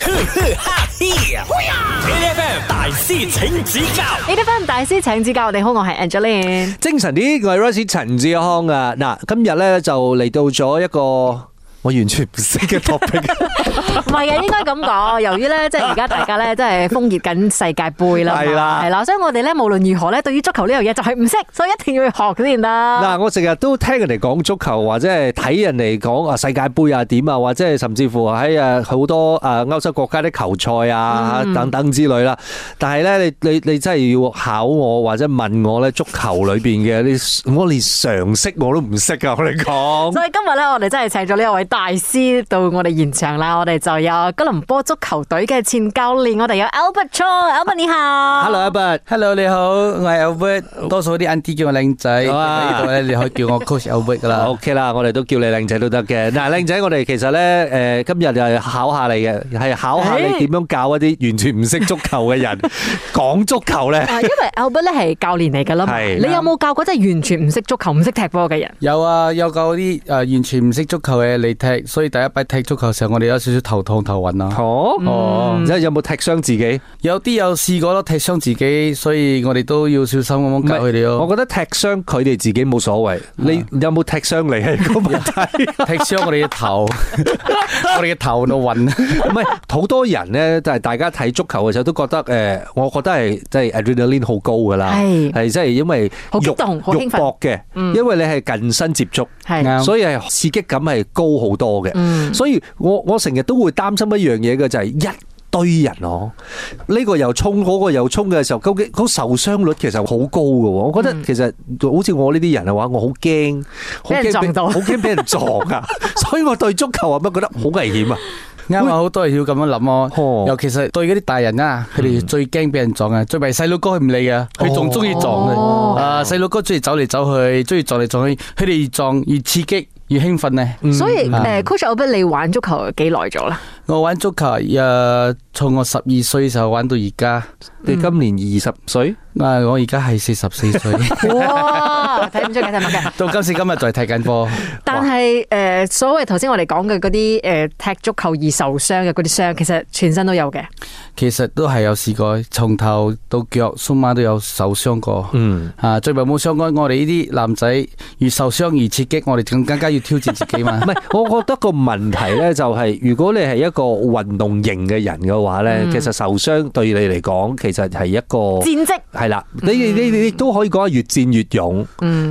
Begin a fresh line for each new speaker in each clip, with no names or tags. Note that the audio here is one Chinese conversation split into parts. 哈 FM 大師請指教
你得翻大師請指教，你好，我係 Angeline。
精神啲，我係 Royce 陳志康啊！嗱，今日咧就嚟到咗一個我完全唔識 嘅 topic，
唔係嘅，應該咁 講。由於咧，即係而家大家咧，即係風熱緊世界盃啦嘛，
係啦
係啦，所以我哋咧無論如何咧，對於足球呢樣嘢就係唔識，所以一定要去學先啦。
嗱，我成日都聽人哋講足球，或者係睇人哋講啊世界盃啊點啊，或者係甚至乎喺啊好多啊歐洲國家啲球賽啊等等之類啦。但係咧，你你你真係要考我或者問我咧，足球裏邊嘅啲我連常識我都唔識啊！我哋講。
所以今日咧，我哋真係請咗呢一位大師到我哋現場啦。我哋就有吉隆坡足球隊嘅前教練，我哋有 Albert Chong，Albert 你好。
Hello，阿 b
Hello，你好，我係 Albert。多數啲 auntie 叫我靚仔，
哇
呢度咧你可以叫我 Coach Albert 噶啦
O。K 啦，我哋都叫你靚仔都得嘅。嗱，靚仔，我哋其實咧，誒，今日就係考下你嘅，係考下你點樣教一啲完全唔識足球嘅人講足球咧。
啊因為 Albert 咧係教練嚟噶啦嘛，
係
你有冇教過真係完全唔識足球、唔識踢波嘅人？
有啊，有教啲誒完全唔識足球嘅嚟踢，所以第一擺踢足球嘅時候，我哋有少少頭痛頭暈啊。
哦，
哦
即係有冇踢傷自己？
有啲有試過咯，踢傷自己，所以我哋都要小心咁樣教佢哋
我
咯。
覺得踢傷佢哋自己冇所謂，你有冇踢傷你係個問題。
踢傷我哋嘅頭，我哋嘅頭都暈。
唔係好多人咧，就係大家睇足球嘅時候都覺得誒、呃我覺得係即係 adrenaline 好高噶啦，
係
係即係因為
好激
肉
動好
肉
興奮
搏嘅，因為你係近身接觸。
係。
啱
所以係刺激感係高好多嘅。
嗯
所以我我成日都會擔心一樣嘢嘅就係、一。堆人哦，呢、個又衝，嗰、個又衝嘅時候，究竟嗰受傷率其實好高嘅喎。我覺得其實好似我呢啲人嘅話，我好驚，好
俾人
驚
撞到
好驚俾人撞 啊！所以我對足球啊，乜覺得好危險啊！
啱啊，好多人要咁樣諗
哦
哦。尤其是對嗰啲大人啊，佢哋最驚俾人撞啊，最弊細佬哥佢唔理啊，佢仲中意撞
哦
嘅。啊，細佬哥中意走嚟走去，中意撞嚟撞去，佢哋越撞越刺激，越興奮啊咧。
所以誒，Coach 我 b 你玩足球幾耐咗啦？
我玩足球，誒，從我十二歲時候玩到而家，
你今年二十歲，
啊，我而家係四十 四歲，
哇，睇唔出嘅，睇唔出嘅。
到今時今日就係踢緊波。
但係誒，所謂頭先我哋講嘅嗰啲呃誒踢足球而受傷嘅嗰啲傷，其實全身都有嘅。
哦
其實都係有試過，從頭到腳，蘇媽都有受傷過。
嗯，
啊，最弊冇相干，我哋呢啲男仔越受傷越刺激，我哋更加要挑戰自己嘛
唔。係，我覺得個問題呢，就係，如果你係一個運動型嘅人嘅話呢，其實受傷對你嚟講，其實係一個
戰績
係啦，你你你你都可以講係越戰越勇，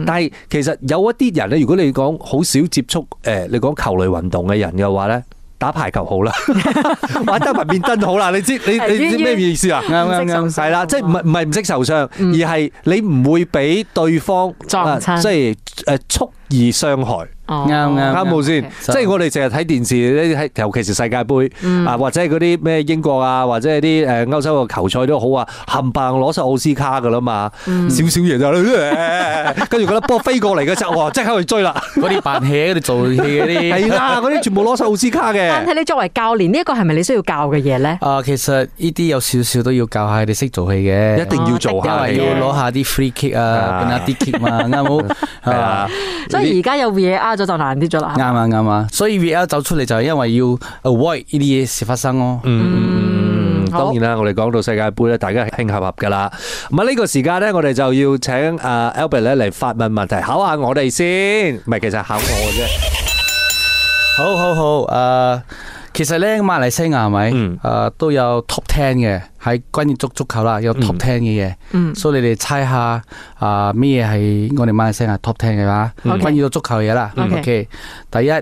但係其實有一啲人咧，如果你講好少接觸誒、呃你講球類運動嘅人嘅話咧，打排 球好啦，玩得埋面燈好啦，你知你
係
你知
冤冤
咩意思啊？
啱啱啱
係啦，即係唔係唔係唔識受傷，而係你唔會俾對方
撞
啊
親
即係誒蓄意傷害。
啱
啱啱
啱冇先，即
啱
係我哋成日睇電視咧，喺尤其是世界盃啊，或者係嗰啲咩英國啊，或者係啲誒歐洲嘅球賽都好啊，冚唪唥攞晒奧斯卡噶啦嘛，少少嘢就 跟住嗰粒波飛過嚟嘅時候，哇！即刻去追啦，
嗰啲扮戲、嗰啲做戲嗰啲。
係啦，嗰啲全部攞晒奧斯卡
但係
嘅，
你作為教練，呢一個係咪你需要教嘅嘢咧？
啊，其實呢啲有少少都要教下佢哋識做戲嘅，
一定要做
因
下
為
嘅，
要攞下啲 free kick
啊
啊，變下啲 kick 嘛，啱冇？
係啊，
所以而家有 VAR 咗就難啲咗啦。
啱啊啱啊，所以 VR 走出嚟就係因為要 avoid 呢啲嘢事發生咯。
嗯，
好
當然啦，我哋講到世界盃咧，大家興合合噶啦。咁啊，呢個時間咧，我哋就要請阿 Albert 咧嚟發問問題，考下我哋先。唔係，其實考我嘅啫。
好好好，誒，其實咧馬來西亞係咪？
嗯
誒都有 top ten 嘅，喺關於足足球啦，有 top ten 嘅嘢。
嗯
所以你哋猜下啊咩嘢係我哋馬來西亞 top ten 嘅話，
嗯
關於到足球嘅嘢啦。
嗯
OK，第一誒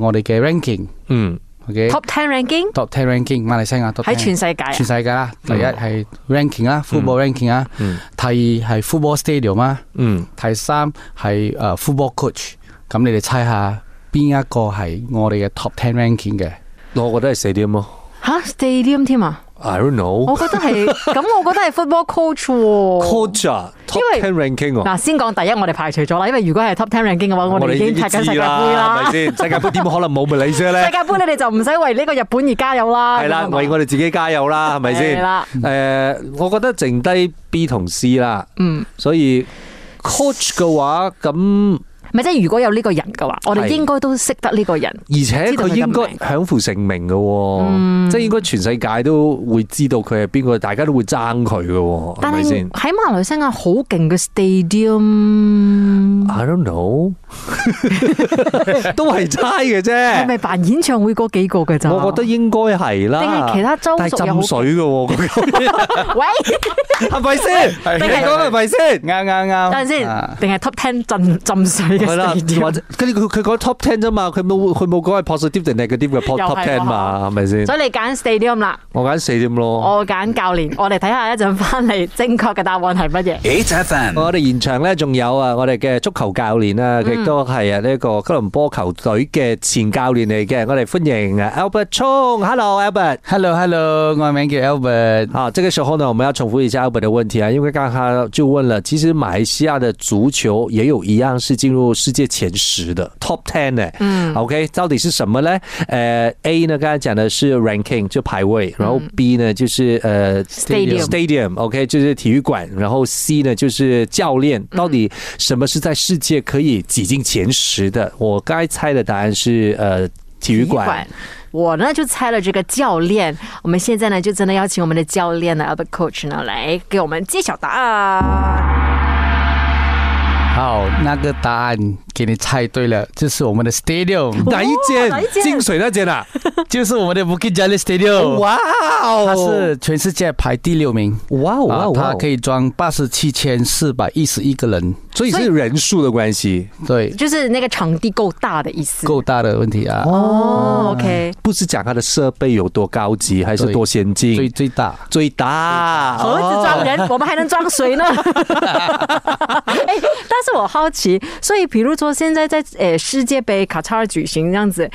我哋嘅 ranking。
嗯
OK。
Top Ten ranking
top ten ranking 馬來西亞 top
喺
10
全世界啊
全世界啦，第一係 ranking 啦，football ranking 啦，第二係 football stadium 啦，
嗯。
第三係誒 football coach。咁你哋猜下邊一個係我哋嘅 top ten ranking 嘅？
我覺得係四點咯。
吓 Stadium 添啊！
I don't
我
know。
覺得 係咁，我覺得係 football coach 喎。
哦 Coach 啊，Top
哦因
Ten
為
ranking 喎。
嗱，先講第一，我哋排除咗啦，因為如果係 Top Ten ranking 嘅話，我哋已經踢緊世界盃
係
啦
咪。先？世界盃點可能冇咪你啫
世
咧？
界盃你哋就唔使為呢個日本而加油啦。
係啦，
咁啊
為我哋自己加油啦，係咪
係
先？
啦
誒，我覺得剩低 B 同 C 啦，
嗯，
所以 coach 嘅話，咁
咪即係如果有呢個人嘅話，我哋
係
應該都識得呢個人。
而且
知道佢
佢應
嘅嗯
該享負盛名嘅喎，即係應應該全世界都會知道佢係邊個，大家都會爭佢嘅喎，係
但
咪
係
先
喺馬來西亞好勁嘅 stadium，
？I don't know，都係猜
係
嘅啫。
咪辦演唱會嗰幾個嘅咋？
我覺得啊應該係啦。
定係其他州屬
但係
有
浸
好
水嘅喎，
喂，
係咪先？
係
你講係咪先？
啱啱啱。
等陣先
啊，
定係 top ten 浸浸水嘅
係啦，或
stadium。
者跟住佢佢講 top ten 啫嘛，佢冇佢冇講係 positive 定 negative 嘅 top
又係
top ten 嘛，係咪先？
所以你揀 stadium 啦，
我揀四點咯。
我揀教練。我哋睇下一陣翻嚟正確嘅答案係乜嘢。
H F M，
我哋現場咧仲有啊，我哋嘅足球教練啊，亦都係啊呢個吉隆坡球隊嘅前教練嚟嘅。我哋歡迎啊 à, Albert Chong。Hello Albert。
Hello Hello，我名叫 Albert。
好，这个时候呢，我们要重复一下 Albert 的问题啊，因为刚才就问了，其实马来西亚的足球也有一样是进入世界前十的 Top Ten 呢、嗯，OK，到底是什么呢？呃，A 呢，刚才讲的是 ranking 就排位，然后 B 呢就是呃
Stadium
stadium，OK，、就是体育馆，然后 C 呢就是教练。到底什么是在世界可以挤进前十的？我刚才猜的答案是呃体育馆。。
我呢就猜了这个教练，我们现在呢就真的邀请我们的教练呢 Albert Coach 呢来给我们揭晓答案。
好，那个答案给你猜对了，就是我们的 Stadium，
哪一间？
哪一间
精髓那间啊？
就是我们的 Bukit Jalil Stadium。
哇哦！
它是全世界排第六名，
哇哦哇
啊
哦，，
它
哇
可
哦！
以装八十七千四百一十一个人，
所以
所以
是人数的关系，
对，
就是那个场地够大的意思。
够大的问题啊，
哦，OK，
不是讲它的设备有多高级，还是
对
多先
最
进。
最大。
最大
盒子装人，我们还能装谁呢？哎，但是我好奇，所以比如说现在在呃世界杯卡塔尔举行这样子，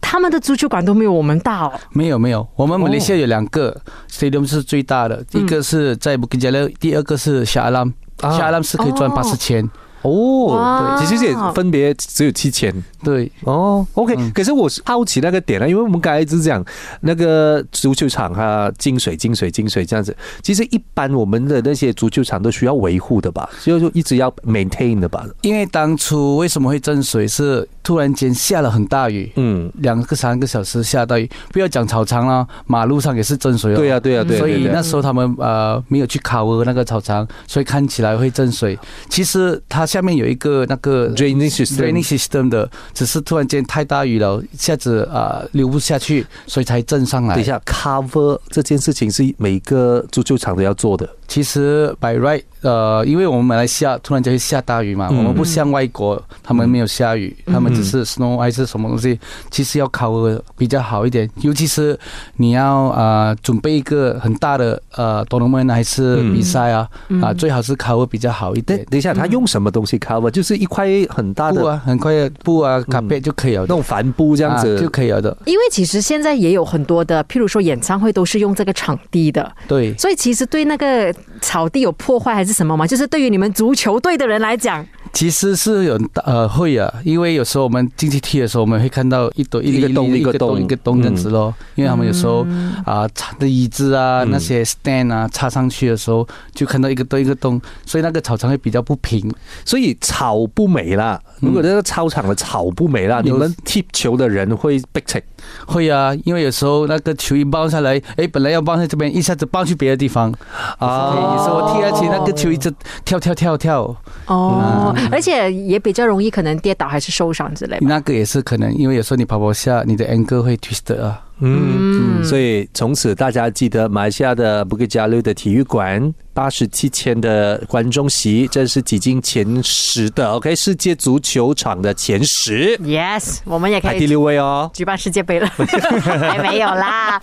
他们的足球馆都没有我们大哦。
没有没有，我们马
哦
来西亚有两个 stadium 是最大的，一个是在 Bukit Jalil，第二个是 Shah Alam。
嗯啊
Shah Alam 是可以赚
哦
八十千，
哦
哇，
对，其实也分别只有七千
对，
哦。OK，、可是我是好奇那个点呢，啊因为我们刚才一直讲那个足球场哈、进水、进水、进水这样子，其实一般我们的那些足球场都需要维护的吧，所以就一直要 maintain 的吧。
因为当初为什么会震水是突然间下了很大雨，
嗯，
两个三个小时下大雨，不要讲草场了，马路上也是震水了。哦
对呀、对呀、对、啊。
嗯所
对
以
啊
那时候他们呃没有去 cover 那个草场，所以看起来会震水。其实它下面有一个那个
Draining system
draining system 的，只是突然间太大雨了，一下子啊、呃流不下去，所以才震上来。
等一下，cover 这件事情是每个足球场都要做的。
其实 by right，呃，因为我们马来西亚突然间会下大雨嘛，
嗯
我们不像外国，他们没有下雨，他们只是 snow 还是什么东西，其实要 cover 比较好一点，尤其是你要呃准备一个很大的呃 tournament 还是
嗯
比赛啊，啊最好是 cover 比较好一
等
点，
等一下，他用什么东西 cover？就是一块很大
布
的嗯
啊，很快的布啊，卡贝就可以了
那
的，
种帆布这
这
样
啊就
子。
可以了的，
因为其实现在也有很多的，譬如说演唱会都是用这个场地的，
对。
所以其实对那个草地有破坏还是什么吗？就是对于你们足球队的人来讲，
其实是有呃会啊，因为有时候我们进去踢的时候，我们会看到一堆
一个洞
一
一个
个
洞
洞一个洞这样子咯。因为他们有时候啊，插的椅子啊，
嗯
那些 stand 啊，插上去的时候，就看到一个洞一个洞，所以那个草场会比较不平。
所以草不美啦，
嗯
如果那个操场的草不美啦，你
有
们踢球的人会被踢。
会啊，因为有时候那个球一包下来，哎，本来要包在这边，一下子包去别的地方啊。有时候踢下去，那个球一直跳跳跳跳，
哦，而且也比较容易可能跌倒还是受伤之类吧。
那个也是可能，因为有时候你跑跑下，你的 angle 会 twist 啊。
嗯，所以从此大家记得马来西亚的布吉加六的体育馆八十七千的观众席，这是挤进前十的，OK，世界足球场的前十，
Yes，我们也可
排第
以
六位哦。
举办世界杯了，还没有啦。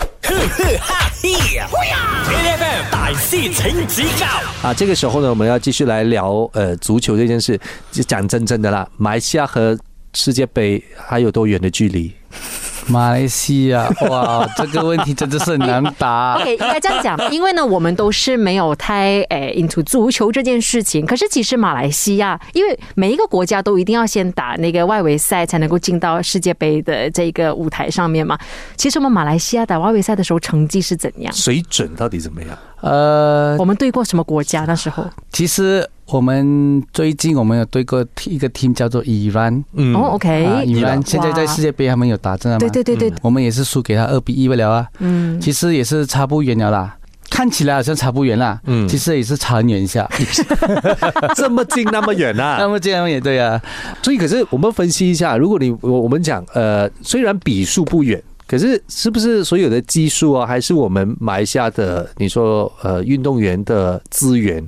，A F M 大师请指教
啊，这个时候呢，我们要继续来聊呃足球这件事。就讲真真的啦，马来西亚和世界杯还有多远的距离？
马来西亚，哇，这个问题真的是很难 答。
OK，应该这样讲，因为呢，我们都是没有太诶、into 足球这件事情。可是其实马来西亚，因为每一个国家都一定要先打那个外围赛，才能够进到世界杯的这个舞台上面嘛。其实我们马来西亚打外围赛的时候成绩是怎样？
水准到底怎么样？
呃，
我们对过什么国家那时候？
其实我们最近我们有对过一个 team 叫做伊兰，
嗯
哦，OK，
啊，伊
伊
兰
朗
现在在世界杯他们有打仗嘛？
对对对对，
我们也是输给他二比一不了啊，
嗯，
其实也是差不远了啦，看起来好像差不远啦，
嗯
其实也是差很远一下。
这么近那么远啊
那！么这样也对啊，
所以，可是我们分析一下，如果你我我们讲，呃，虽然比数不远，可是是不是所有的技术啊，还是我们马来西亚的，你说呃，运动员的资源，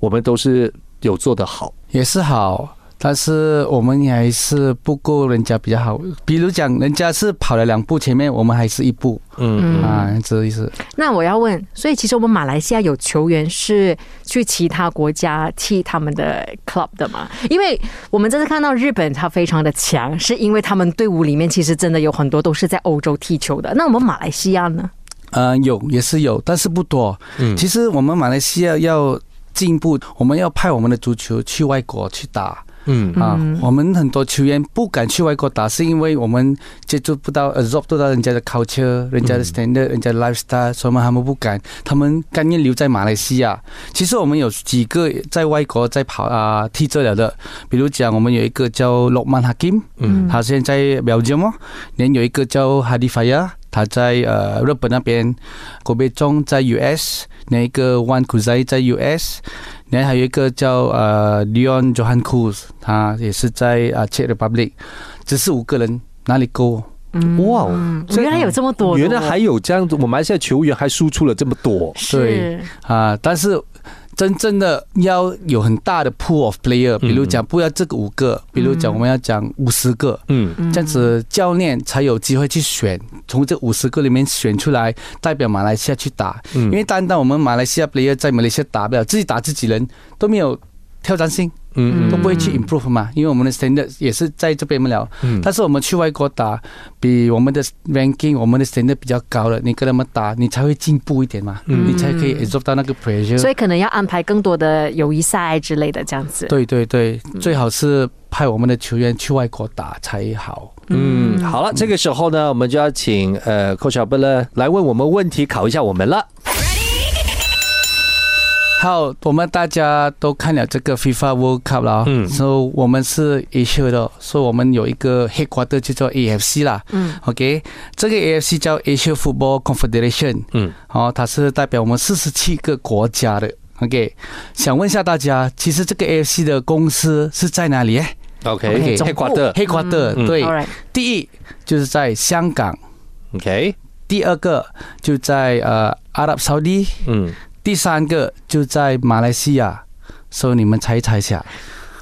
我们都是有做得好。
也是好。但是我们也还是不够人家比较好，比如讲人家是跑了两步前面，我们还是一步、
嗯
啊，这意思。
那我要问，所以其实我们马来西亚有球员是去其他国家踢他们的 club 的嘛？因为我们这次看到日本他非常的强，是因为他们队伍里面其实真的有很多都是在欧洲踢球的。那我们马来西亚呢？
呃，有也是有，但是不多。
嗯
其实我们马来西亚要进步，我们要派我们的足球去外国去打
嗯
啊。我们很多球员不敢去外国打，是因为我们接触不到、absorb 呃不到人家的 culture、人家
嗯
的 standard、人家的 lifestyle，所以他们不敢，他们甘愿留在马来西亚。其实我们有几个在外国在跑啊踢这了的，比如讲我们有一个叫 Lokman Hakim，
嗯
他现在在 Belgium 哦，然后有一个叫 Hadi Faya，他在呃日本那边，国别中在 US，那一个 One Kuzai 在 US，然后还有一个叫呃 Leon Johan Cruz，他也是在啊、呃 Czech Republic，只是五个人，哪里够？
哇哦
嗯，原来有这么多的哦，
原来还有这样子，我们马来西亚球员还输出了这么多。
是
啊，但是真正的要有很大的 pool of player，比如讲不要这个五个，比如讲我们要讲五十个，
嗯
这样子教练才有机会去选，从这五十个里面选出来代表马来西亚去打。
嗯
因为单单我们马来西亚 player 在马来西亚打不了，自己打自己人都没有挑战性，
嗯
都不会去 improve 嘛。因为我们的 standard 也是在这边不了，
嗯
但是我们去外国打，比我们的 ranking、我们的 standard 比较高了，你跟他们打，你才会进步一点嘛，
嗯
你才可以 absorb 到那个 pressure。
嗯所以可能要安排更多的友谊赛之类的这样子。
对对对，
嗯
最好是派我们的球员去外国打才好。
嗯，好了，这个时候呢，我们就要请呃 Coach 小贝勒来问我们问题，考一下我们了。
好，我们大家都看了这个 FIFA World Cup 了、哦，
嗯
嗯，所以我们是 Asia 的，所以我们有一个 headquarter 就叫 AFC 啦，
嗯
嗯，OK，这个 AFC 叫 Asia Football Confederation，
嗯，
哦，它是代表我们四十七个国家的，OK，想问一下大家，其实这个 AFC 的公司是在哪里
OK，
总
部
headquarter，
？headquarter，、
嗯
对
a l right，
第一就是在香港，
OK，
第二个就在呃阿拉伯 Saudi，
嗯，
第三个就在马来西亚，所以你们猜一猜一下。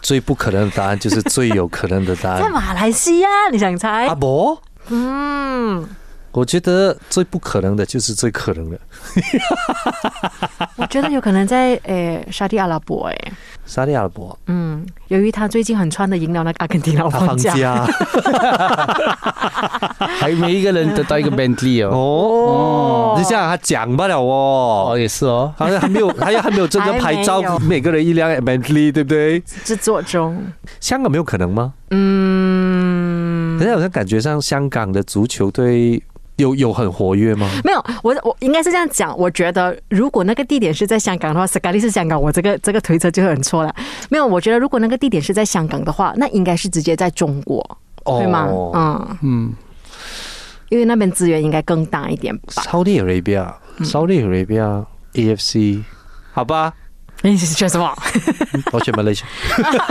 最不可能的答案就是最有可能的答
在
案。
马来西亚，你想猜
阿？伯，
嗯，
我觉得最不可能的就是最可能的。
我觉得有可能在诶、沙地阿拉伯诶、
沙利阿伯，
嗯，由于他最近很穿的赢了那个阿根廷老
他
放
放
假，
假
还每一个人得 到一个 Bentley 哦。
哦，你这样他讲不了
哦，
哦。
也是哦。
好像还没有，还有还没有真正拍
还没有
照，每个人一辆 Bentley，对不对？
制作中，
香港没有可能吗？
嗯
可，是好像感觉上香港的足球队有有很活跃吗？
没有，我我应该是这样讲，我觉得如果那个地点是在香港的话，斯卡利是香港，我这个这个推测就会很错了。没有，我觉得如果那个地点是在香港的话，那应该是直接在中国，
哦
对吗？嗯，
嗯，
因为那边资源应该更大一点吧。
，Saudi
嗯
Arabia，Saudi Arabia，AFC，好吧，
你选什么？
我选 Malaysia。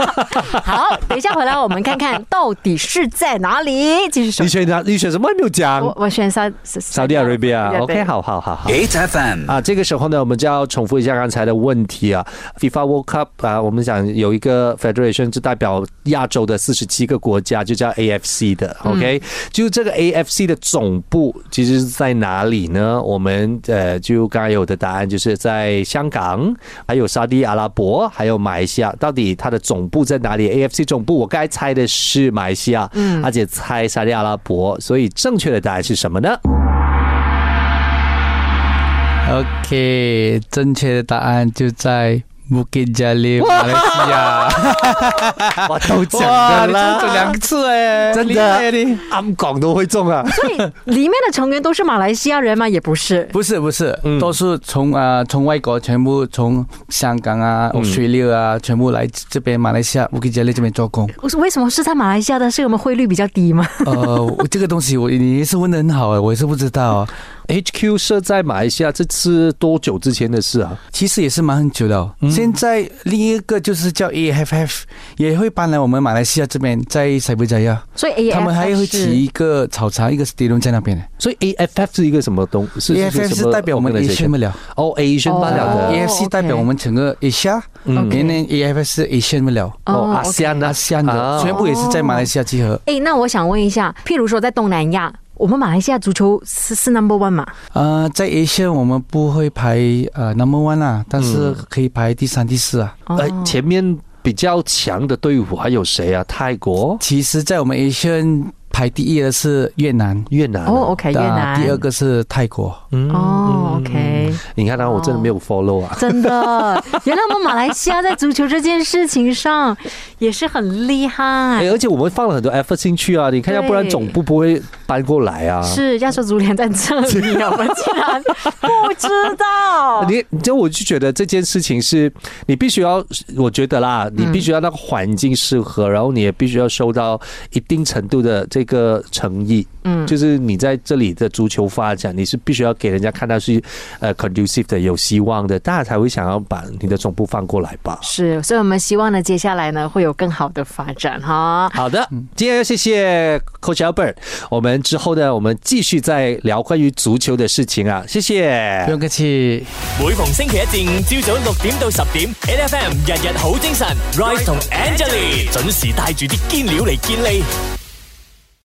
好，等一下回来我们看看到底是在哪里。继续说
你，选哪？你选什么？还没有讲。
我我选沙沙
Saudi Arabia。
对
啊 OK，好好好好。
，H F M，
啊，这个时候呢，我们就要重复一下刚才的问题啊。FIFA World Cup 啊，我们讲有一个 Federation 就代表亚洲的四十七个国家，就叫 AFC 的。OK，、就这个 AFC 的总部其实是在哪里呢？我们呃，就刚才有的答案就是在香港，还有沙地阿拉伯，还有马来西亚。到底它的总部在哪里？AFC 总部，我刚才猜的是马来西亚，嗯，而且猜沙地阿拉伯，所以正确的答案是什么 呢？
OK，正确的答案就在 Bukit Jalil Malaysia，
我都讲
哇，
的
你
啦，
中中两次哎，
真
厉害你
的，暗港都会中啊！
所以里面的成员都是马来西亚人吗？也不是。
不是不是，
嗯
都是从啊、呃从外国全部从香港啊、
嗯
澳大利亚啊，全部来这边马来西亚乌吉杰利这边做 工。
我说为什么是在马来西亚的？是我们汇率比较低吗？
呃，我这个东西我你也是问的很好哎，我也是不知道、啊，
HQ 设在马来西亚，这是多久之前的事啊？
其实也是蛮久的、哦。
嗯
现在另一个就是叫 AFF，也会搬来我们马来西亚这边，在塞维加亚，
所以 A
他们还会起一个草场，一个 stadium 在那边的。
所以 AFF 是一个什么东？是
AFF 是代表我们
a s
Asia 不了，
哦，Asian 罢了
哦
的，
，AFC 代表我们整个 Asia，
嗯
OK
然后 AFF 是 Asian 不了。
哦，阿西安
那
啊，
香
啊
的，全部也是在马来西亚集合。
哎，那我想问一下，譬如说在东南亚，我们马来西亚足球是是 number one 嘛？
呃，在 A 线我们不会排呃 number one 啊，但是
嗯
可以排第三、第四啊。
哦
哎，前面比较强的队伍还有谁啊？泰国、
其实，在我们 A 线排第一的是越南，
越南啊。
哦，OK，越
啊
南。
第二个是泰国。
嗯
哦，OK，
你看啊，我真的没有 follow 啊。
真 的，原来我们马来西亚在足球这件事情上也是很厉害
哎，。而且我们放了很多 effort 进去啊，你看，要不然
对
总部不会搬过来啊。
是亚洲足联在这里，我们竟然不知道。
你，你知道，我就觉得这件事情是你必须要，我觉得啦，你必须要那个环境适合，然后你也必须要收到一定程度的这个诚意。
嗯
就是你在这里的足球发展，你是必须要给人家看到是呃 conducive 的、有希望的，大家才会想要把你的总部放过来吧。
是，所以我们希望呢，接下来呢会有更好的发展哈。
好的，今天要谢谢 Coach Albert，我们之后呢，我们继续再聊关于足球的事情啊，谢谢，
不用客气。
每逢星期一至五朝早六點到十點，N F M 日日好精神，Rise 同 Angelie 準時帶住啲堅料嚟健利。